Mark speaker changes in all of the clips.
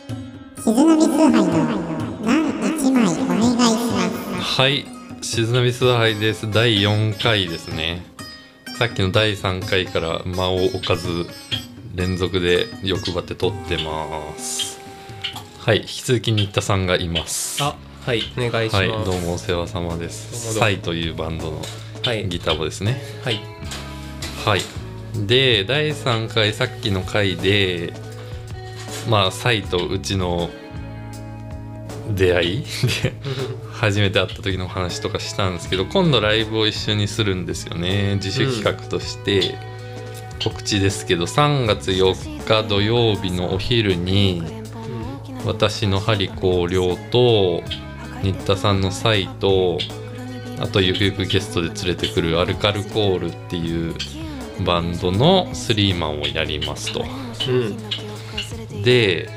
Speaker 1: 静波崇拝の何一枚お願いします
Speaker 2: はい、静波崇拝です。第4回ですね。さっきの第3回から間を置かず連続で欲張って撮ってます。はい、引き続き新田さんがいます。
Speaker 3: あ、はい、お願いしま
Speaker 2: は
Speaker 3: す。
Speaker 2: い、どうもお世話様で
Speaker 3: どうもどう
Speaker 2: す。
Speaker 3: も
Speaker 2: サイというバンドの
Speaker 3: はい、
Speaker 2: ギターをですね。
Speaker 3: はい、
Speaker 2: はい。で、第3回、さっきの回で、まあ、サイとうちの出会いで、初めて会った時の話とかしたんですけど、今度ライブを一緒にするんですよね。自主企画として、告知ですけど、3月4日土曜日のお昼に、私のハリコー亮と、新田さんのサイと、あとゆくゆくゲストで連れてくるアルカルコールっていうバンドのスリーマンをやりますと
Speaker 3: うん、
Speaker 2: で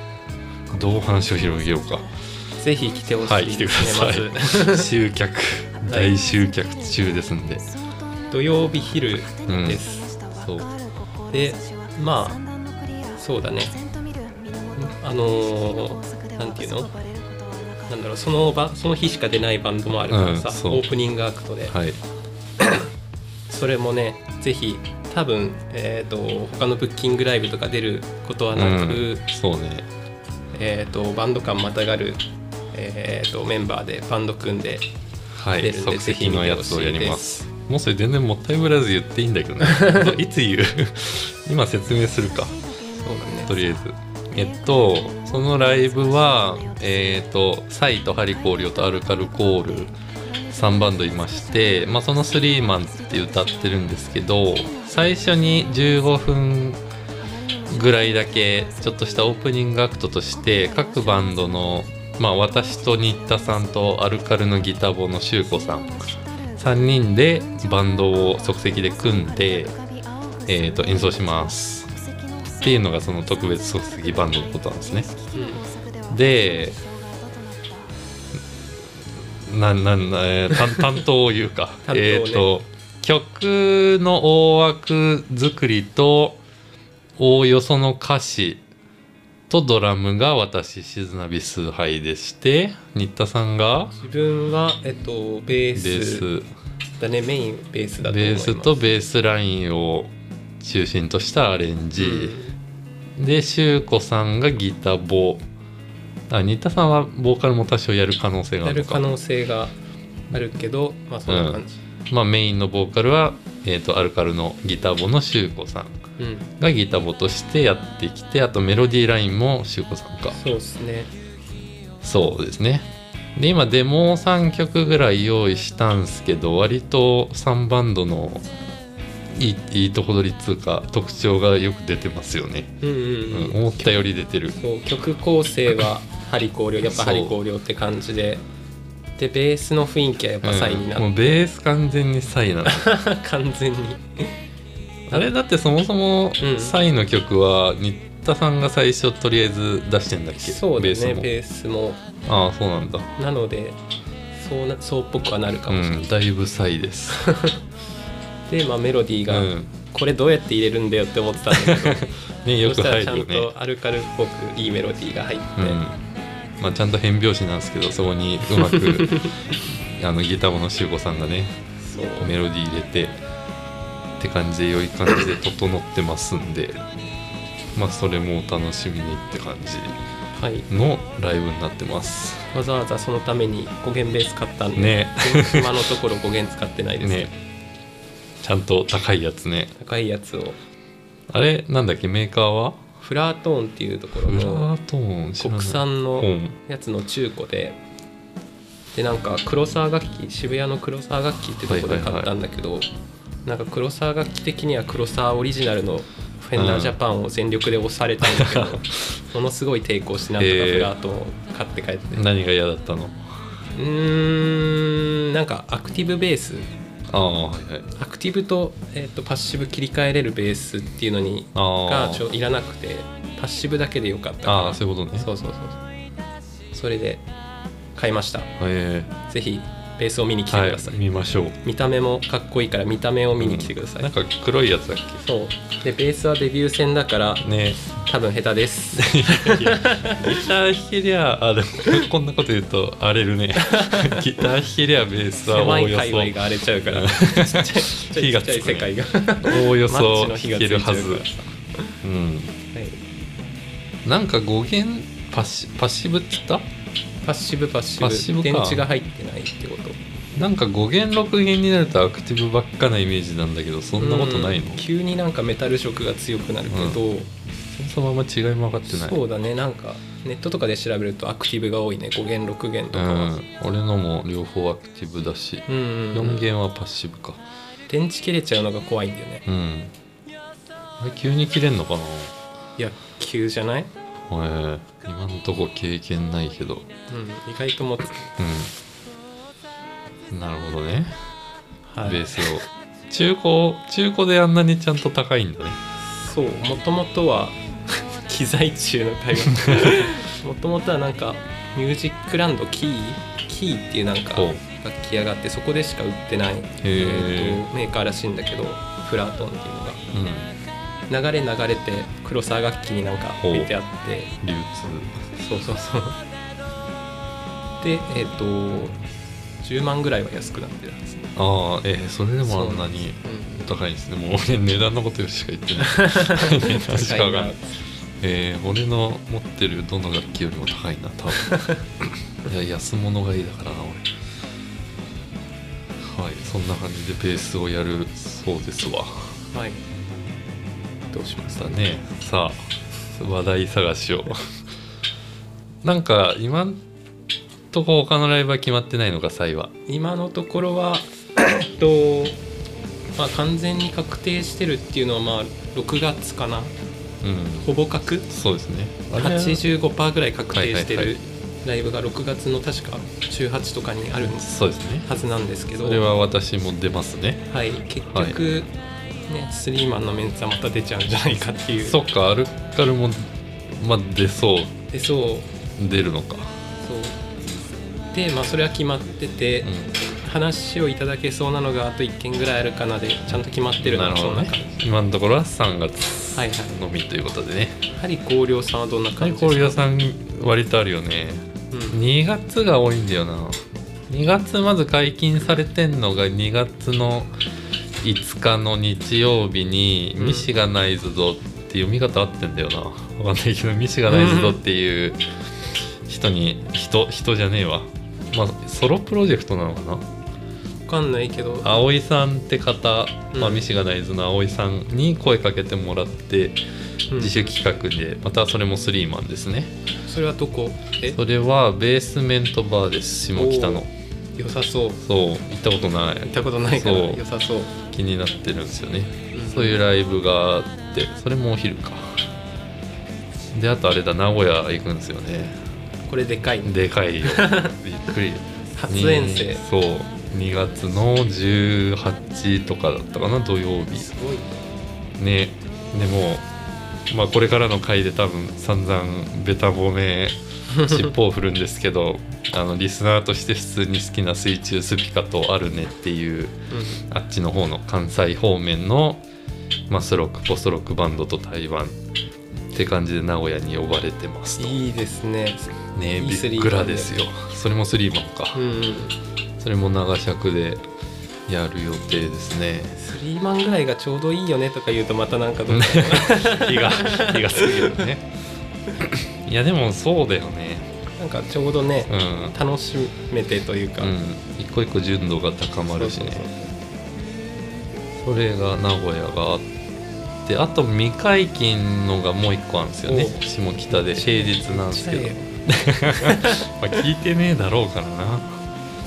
Speaker 2: どう話を広げようか
Speaker 3: ぜひ来てほし
Speaker 2: はい来
Speaker 3: いで
Speaker 2: てく
Speaker 3: すね、
Speaker 2: だ
Speaker 3: ま
Speaker 2: さい集客大集客中ですんで
Speaker 3: ず 土曜日昼
Speaker 2: うん
Speaker 3: です、
Speaker 2: そう
Speaker 3: でまあそうだねあのー、なんていうのなんだろうその場その日しか出ないバンドもあるからさ
Speaker 2: うん、そう
Speaker 3: オープニングアクトで、
Speaker 2: はい
Speaker 3: それもねぜひ多分、えー、と他のブッキングライブとか出ることは
Speaker 2: う
Speaker 3: なく、
Speaker 2: んそうね
Speaker 3: えー、とバンド感またがる、えー、とメンバーでバンド組んで
Speaker 2: は
Speaker 3: 出
Speaker 2: い
Speaker 3: るんで
Speaker 2: 即席のやつをやります
Speaker 3: ぜ
Speaker 2: もうそれ全然もったいぶらず言っていいんだけど ねいつ言う 今説明するか
Speaker 3: そうだね
Speaker 2: とりあえずえっとそのライブはえっ、とサイとハリコーリョとアルカルコール3バンドいまして、まあ、その「スリーマン」って歌ってるんですけど最初に15分ぐらいだけちょっとしたオープニングアクトとして各バンドの、まあ、私と新田さんとアルカルのギターボのしゅうこさん3人でバンドを即席で組んで、えー、と演奏しますっていうのがその特別即席バンドのことなんですね。でなんなんなえー 担担当を言うか
Speaker 3: 当ね
Speaker 2: えっと曲の大枠作りとおおよその歌詞とドラムが私静波崇拝でして新田さんが
Speaker 3: 自分は、えっと、
Speaker 2: ベ
Speaker 3: ベース
Speaker 2: ース
Speaker 3: だねメインベースだと思い
Speaker 2: ベー
Speaker 3: ます
Speaker 2: スとベースラインを中心としたアレンジ、
Speaker 3: うん
Speaker 2: で修子さんがギターボあ新田さんはボーカルも多少やる可能性があ
Speaker 3: や
Speaker 2: るの
Speaker 3: る
Speaker 2: か
Speaker 3: 可能性があるけどまあそんな感じ
Speaker 2: まあ、メインのボーカルは、えー、とアルカルのギターボの修子さん
Speaker 3: うん、
Speaker 2: がギターボとしてやってきてあとメロディーラインも修子さんか
Speaker 3: そうですね
Speaker 2: そうですねで今デモを3曲ぐらい用意したんですけど割と3バンドのいいいいとこ取りっつうか特徴がよく出てますよね、
Speaker 3: うん
Speaker 2: う
Speaker 3: うん
Speaker 2: ん、
Speaker 3: うん、
Speaker 2: 思ったより出てる
Speaker 3: そう曲構成はハリコーリョやっぱハリコーリョって感じででベースの雰囲気はやっぱサインになっ
Speaker 2: うん
Speaker 3: て、
Speaker 2: もうベース完全にサイなの
Speaker 3: 完全 に
Speaker 2: あれだってそもそも
Speaker 3: うん
Speaker 2: サイの曲は新田さんが最初とりあえず出してんだっけ
Speaker 3: そうだ
Speaker 2: ベ
Speaker 3: ね
Speaker 2: ースも
Speaker 3: ベースも
Speaker 2: ああそうなんだ
Speaker 3: なのでそうなそうっぽくはなるか
Speaker 2: う
Speaker 3: もしれない、
Speaker 2: んだいぶサイです
Speaker 3: で、まあ、メロディー
Speaker 2: う
Speaker 3: が、
Speaker 2: ん
Speaker 3: これどうやって入れるんだよって思ってたんだけど
Speaker 2: ね よ
Speaker 3: そ
Speaker 2: く入
Speaker 3: したら
Speaker 2: る
Speaker 3: ちゃ
Speaker 2: よ
Speaker 3: ん
Speaker 2: ね
Speaker 3: とアルカルっぽくいいメロディーが入って、
Speaker 2: うんまあちゃんと変拍子なんですけどそこにうまく あのギターボのしゅうこさんがね
Speaker 3: そう
Speaker 2: メロディー入れてって感じで良い感じで整ってますんでまあそれもお楽しみにって感じ
Speaker 3: はい
Speaker 2: のライブになってます
Speaker 3: わざわざそのために5弦ベース買ったんで、
Speaker 2: ね
Speaker 3: 今のところ5弦使ってないですけ
Speaker 2: ね
Speaker 3: ど、
Speaker 2: ちゃんと高いやつね
Speaker 3: 高いやつを
Speaker 2: あれなんだっけメーカーは
Speaker 3: フラートーンっていうところ
Speaker 2: フラー
Speaker 3: の
Speaker 2: トーン知らない
Speaker 3: 国産の
Speaker 2: うん
Speaker 3: やつの中古ででなんか黒沢楽器渋谷の黒沢楽器ってとこで買ったんだけど、なんか黒沢楽器的には黒沢オリジナルのフェンダージャパンを全力で押されたんだけど、 ものすごい抵抗してなんとかフラートーンを買って帰って、
Speaker 2: 何が嫌だったの
Speaker 3: うーんなんかアクティブベース
Speaker 2: ああはいはい
Speaker 3: アクティブと,、えー、とパッシブ切り替えれるベースっていうのに
Speaker 2: あ
Speaker 3: がち
Speaker 2: ー
Speaker 3: ょいらなくてパッシブだけでよかったから
Speaker 2: あーそういうことね
Speaker 3: そうそうそうそうそれで買いました
Speaker 2: へえ
Speaker 3: ぜひベースを見に来て
Speaker 2: は
Speaker 3: く
Speaker 2: い
Speaker 3: ださい、
Speaker 2: 見ましょう
Speaker 3: 見た目もかっこいいから見た目を見に来てください、
Speaker 2: なんか黒いやつだっ
Speaker 3: そうでベースはデビュー戦だから
Speaker 2: けね
Speaker 3: 多分下手です
Speaker 2: いやギター弾けりゃあでもこんなこと言うと荒れる ねギター弾けりゃベースはお
Speaker 3: 狭
Speaker 2: お
Speaker 3: い
Speaker 2: よ
Speaker 3: 界
Speaker 2: そ
Speaker 3: 隈が荒れちゃうから
Speaker 2: うん
Speaker 3: ちっちゃいちっちゃい
Speaker 2: 火がつくね
Speaker 3: ちっちゃい世界が
Speaker 2: おおよそ
Speaker 3: マッチの
Speaker 2: 弾
Speaker 3: 火がつ
Speaker 2: け
Speaker 3: いち
Speaker 2: る
Speaker 3: ゃうか
Speaker 2: は
Speaker 3: ら
Speaker 2: ずうん
Speaker 3: はい
Speaker 2: なんか語源パッシパッシブって言った
Speaker 3: パッシブパッシ
Speaker 2: パ
Speaker 3: ブ
Speaker 2: ッシブか
Speaker 3: 電池が入ってないってこと
Speaker 2: なんか語源6弦になるとアクティブばっかなイメージなんだけどそんなことないの
Speaker 3: うん急になんかメタル色が強くなるけど、
Speaker 2: そもそもあんま違いも分かってない
Speaker 3: そうだねなんかネットとかで調べるとアクティブが多いね5弦6弦と
Speaker 2: う
Speaker 3: かは、
Speaker 2: ん、俺のも両方アクティブだし、
Speaker 3: うんうんうん
Speaker 2: 4弦はパッシブか
Speaker 3: 電池切れちゃうのが怖いんだよね
Speaker 2: うんあれ急に切れんのかない
Speaker 3: や急じゃない、
Speaker 2: ええ今んとこ経験ないけど
Speaker 3: うん、意外ともつ、
Speaker 2: うんなるほどね、
Speaker 3: はい
Speaker 2: ベースを中古中古であんなにちゃんと高いんだね
Speaker 3: そうもともとは 機材中の会話 もともとはなんかミュージックランドキーキーっていうなんか
Speaker 2: ほう
Speaker 3: 楽器屋があってそこでしか売ってない、ーとメーカーらしいんだけどフラートンっていうのが
Speaker 2: うん
Speaker 3: 流れ流れて黒沢楽器になんか置いてあって
Speaker 2: 流
Speaker 3: そうそうそうでえっ、と10万ぐらいは安くなってるんですね
Speaker 2: 通ああええそれでもあんなに
Speaker 3: うん
Speaker 2: 高いんですねもう俺値段のことしか言って ない値段しか分かんないえー、俺の持ってるどの楽器よりも高いな多 分いや安物がいいだからな俺はいそんな感じでベースをやるそうですわ
Speaker 3: はいどうします
Speaker 2: だねさあ話題探しを なんか今んとこ他のライブは決まってないのかサイは
Speaker 3: 今のところはえっとまあ完全に確定してるっていうのはまあ6月かな
Speaker 2: うん
Speaker 3: ほぼ確
Speaker 2: そうですねあれ
Speaker 3: 85%ぐらい確定して
Speaker 2: はいはい
Speaker 3: る
Speaker 2: は
Speaker 3: ライブが6月の確か18とかにあるんです
Speaker 2: そうですね
Speaker 3: はずなんですけど
Speaker 2: それは私も出ますね
Speaker 3: はい、結局、ね、スリーマンのメンツはまた出ちゃうんじゃないかっていう。
Speaker 2: そっかアルカルもまあ出そう
Speaker 3: で、そう、
Speaker 2: 出るのか
Speaker 3: そう。で、まあ、それは決まってて、
Speaker 2: う
Speaker 3: 話をいただけそうなのがあと1件ぐらいあるかなで、ちゃんと決まってる
Speaker 2: んな
Speaker 3: の
Speaker 2: る
Speaker 3: が
Speaker 2: ほ
Speaker 3: そん
Speaker 2: どね
Speaker 3: な感じ。
Speaker 2: 今のところは3月
Speaker 3: はいはい。
Speaker 2: のみということでね
Speaker 3: やはり広陵さんはどんな
Speaker 2: カリ
Speaker 3: 感
Speaker 2: コ
Speaker 3: じです
Speaker 2: リ
Speaker 3: か
Speaker 2: アさん割とあるよね
Speaker 3: うん、
Speaker 2: 2月が多いんだよな2月まず解禁されてんのが2月の5日の日曜日に「
Speaker 3: うん
Speaker 2: ミシがないズド」って読み方合ってんだよなわかんないけど「ミシがないズド」っていう人に人人じゃねえわまあソロプロジェクトなのかな
Speaker 3: わかんないけど、
Speaker 2: 葵さんって方、まあ、
Speaker 3: うん
Speaker 2: ミシガナイズの葵さんに声かけてもらって
Speaker 3: うん
Speaker 2: 自主企画で、またそれもスリーマンですね
Speaker 3: それはどこえ
Speaker 2: それはベースメントバーです下北の
Speaker 3: 良さそう。
Speaker 2: そう行ったことな
Speaker 3: 行っ
Speaker 2: い
Speaker 3: たことないから
Speaker 2: そう
Speaker 3: 良さそう。
Speaker 2: 気になってるんですよね、
Speaker 3: うん
Speaker 2: そういうライブがあってそれもお昼かであとあれだ名古屋行くんですよね
Speaker 3: これでかいね。
Speaker 2: でかい よびっくり
Speaker 3: 初遠
Speaker 2: に
Speaker 3: 征。
Speaker 2: そう2月の18とかだったかな土曜日
Speaker 3: すごいね。
Speaker 2: ねでもまあこれからの回で多分散々べた褒め尻尾を振るんですけど あのリスナーとして普通に好きな水中スピカとあるねっていう
Speaker 3: うん
Speaker 2: あっちの方の関西方面の、まあ、スロックポストロックバンドと台湾って感じで名古屋に呼ばれてますと
Speaker 3: いいですね。
Speaker 2: ね
Speaker 3: いい
Speaker 2: び
Speaker 3: スリ
Speaker 2: っ
Speaker 3: ーマ
Speaker 2: く
Speaker 3: ンだ
Speaker 2: ら
Speaker 3: よ
Speaker 2: ですよそれもスリーマンか、
Speaker 3: うん。
Speaker 2: それも長尺でやる予定ですね
Speaker 3: スリーマンぐらいがちょうどいいよねとか言うとまたなんかどうか
Speaker 2: 日 が日が過ぎるねいやでもそうだよね
Speaker 3: なんかちょうどね、
Speaker 2: う
Speaker 3: 楽しめてというか、
Speaker 2: ん、うん、一個一個純度が高まるしね
Speaker 3: そうそう
Speaker 2: それが名古屋があってあと未解禁のがもう一個あるんですよね
Speaker 3: おう
Speaker 2: 下北で平日なんです
Speaker 3: そう
Speaker 2: けど、 まあ、聞いてねえだろうからな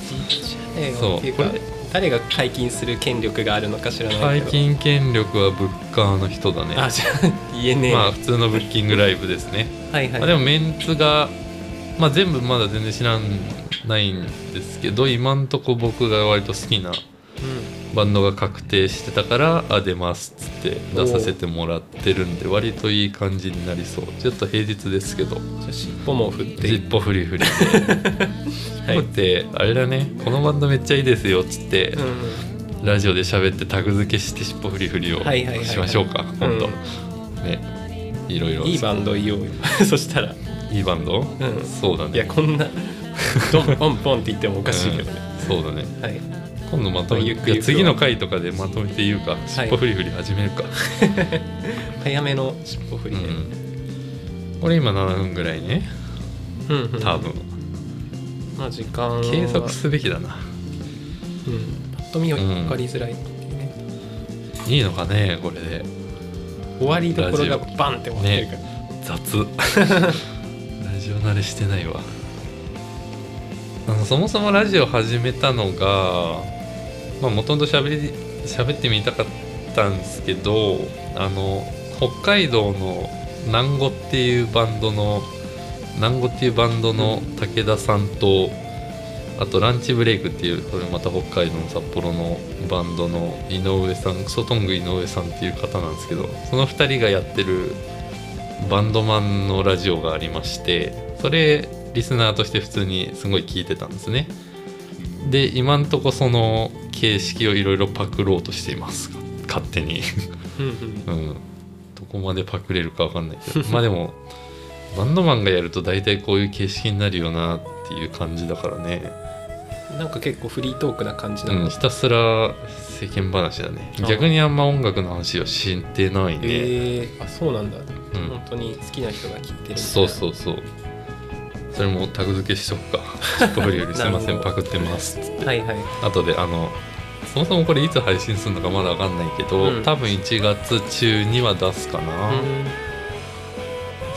Speaker 3: ちっちゃいよ
Speaker 2: そう
Speaker 3: っていうか
Speaker 2: これ
Speaker 3: 誰が解禁する権力があるのか知らないけ
Speaker 2: 解
Speaker 3: ど
Speaker 2: 禁権力はブッカーの人だね
Speaker 3: あじゃあ言えねえ、
Speaker 2: まあ普通のブッキングライブですね、
Speaker 3: はいはい、
Speaker 2: まあ、でもメンツが、まあ、全部まだ全然知らんないんですけど今んとこ僕が割と好きな
Speaker 3: う
Speaker 2: バンドが確定してたからあ出ますっつって出させてもらってるんで割といい感じになりそうちょっと平日ですけど
Speaker 3: じゃあ尻尾も振って
Speaker 2: 尻尾フリ フリで
Speaker 3: は
Speaker 2: 尻
Speaker 3: い
Speaker 2: 尾ってあれだねこのバンドめっちゃいいですよっつって、
Speaker 3: う
Speaker 2: ラジオで喋ってタグ付けして尻尾フリフリを
Speaker 3: はいはいはいはい
Speaker 2: しましょうか
Speaker 3: ん
Speaker 2: 本当ねいろいろ
Speaker 3: うんいいバンド言おうよそしたら
Speaker 2: いいバンド、
Speaker 3: ん
Speaker 2: そうだ
Speaker 3: いや
Speaker 2: ね
Speaker 3: こんなドンポンポンって言ってもおかしいけどね、
Speaker 2: うんそうだね
Speaker 3: はい
Speaker 2: 今度まとめ
Speaker 3: ゆ
Speaker 2: い
Speaker 3: っくり
Speaker 2: や次の回とかでまとめて言うか尻尾フリフリ始めるか、
Speaker 3: 早めの尻尾振りで、
Speaker 2: うんこれ今7分ぐらいね
Speaker 3: うんうん
Speaker 2: 多分、
Speaker 3: まあ時間は
Speaker 2: 計測すべきだな
Speaker 3: うんパッと見は分かりづらいっていうね、
Speaker 2: いいのかねこれで
Speaker 3: 終わりどころがバンって終わってるから、
Speaker 2: 雑ラジオ慣れしてないわあのそもそもラジオ始めたのがまあもともと喋り喋ってみたかったんですけどあの北海道の南語っていうバンドの南語っていうバンドの武田さんと、あとランチブレイクっていうこれまた北海道の札幌のバンドの井上さんクソトング井上さんっていう方なんですけどその2人がやってるバンドマンのラジオがありましてそれリスナーとして普通にすごい聞いてたんですねで今んとこその形式をいろいろパクろうとしています勝手に
Speaker 3: うんうん
Speaker 2: うんどこまでパクれるかわかんないけどまあでもバンドマンがやると大体こういう形式になるよなっていう感じだからね、
Speaker 3: なんか結構フリートークな感じな
Speaker 2: うんん、
Speaker 3: です、
Speaker 2: ひたすら世間話だね
Speaker 3: あー
Speaker 2: 逆にあんま音楽の話をしてないね、
Speaker 3: えー、あそうなんだ、
Speaker 2: ん
Speaker 3: 本当に好きな人が聞いてるみたいな
Speaker 2: そうそうそうそれもタグ付けしとくか「尻尾振り よりすいませんパクってます」つって
Speaker 3: はいはい
Speaker 2: 後であのそもそもこれいつ配信するのかまだ分かんないけど、
Speaker 3: うん
Speaker 2: 多分1月中には出すかな、
Speaker 3: うん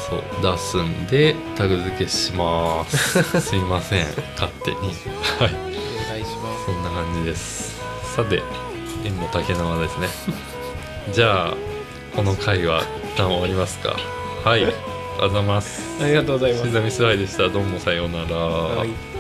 Speaker 2: そう出すんでタグ付けします すいません勝手にはい
Speaker 3: お願いしま
Speaker 2: そんな感じですさて縁も竹縄ですね じゃあこの回は一旦終わりますかはいありがとうございます
Speaker 3: すありがとうございます
Speaker 2: しざみスライでしたどうもさようなら、
Speaker 3: はい